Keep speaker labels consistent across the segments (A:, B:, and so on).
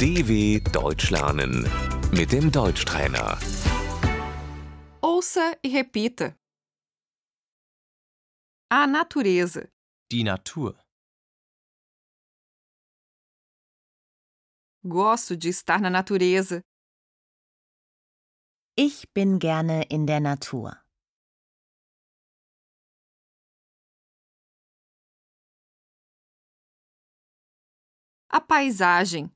A: DW Deutsch lernen mit dem Deutschtrainer.
B: Ouça e repita. A natureza,
C: Die Natur.
B: gosto de estar na natureza,
D: Ich bin gerne in der Natur.
B: a paisagem,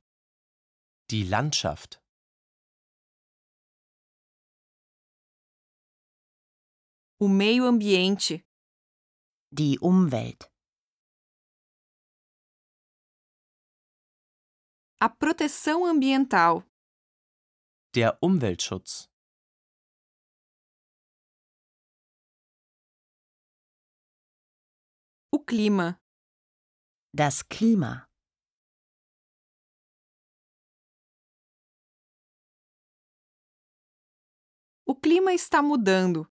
C: Die Landschaft.
B: o meio ambiente,
D: Die Umwelt.
B: a proteção ambiental,
C: Der Umweltschutz.
B: o clima,
D: Das Klima.
B: o clima está mudando,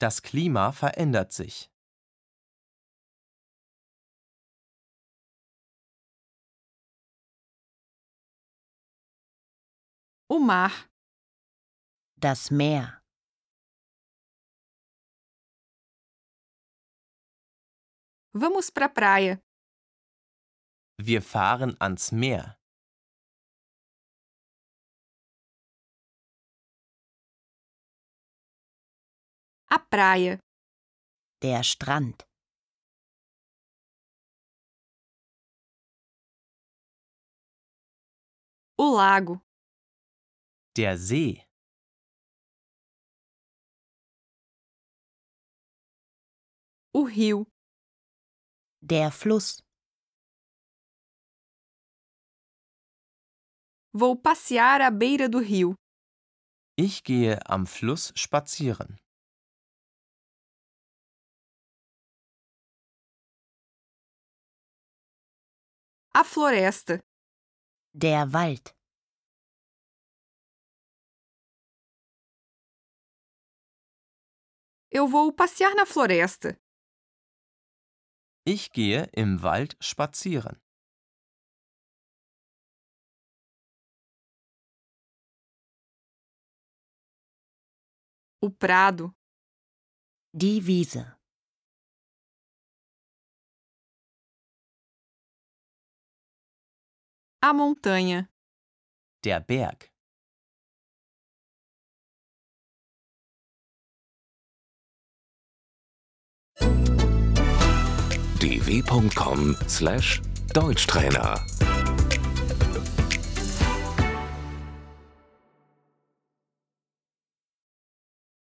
C: Das Klima verändert sich.
B: o mar,
D: Das Meer.
B: vamos pra praia,
C: Wir fahren ans Meer.
B: a praia,
D: Der Strand.
B: o lago,
C: Der See.
B: o rio,
D: Der Fluss.
B: vou passear à beira do rio,
C: Ich gehe am Fluss spazieren.
B: a floresta,
D: Der Wald.
B: eu vou passear na floresta,
C: Ich gehe im Wald spazieren.
B: o prado,
D: Die Wiese.
B: a montanha,
C: Der Berg.
A: dw.com/deutschtrainer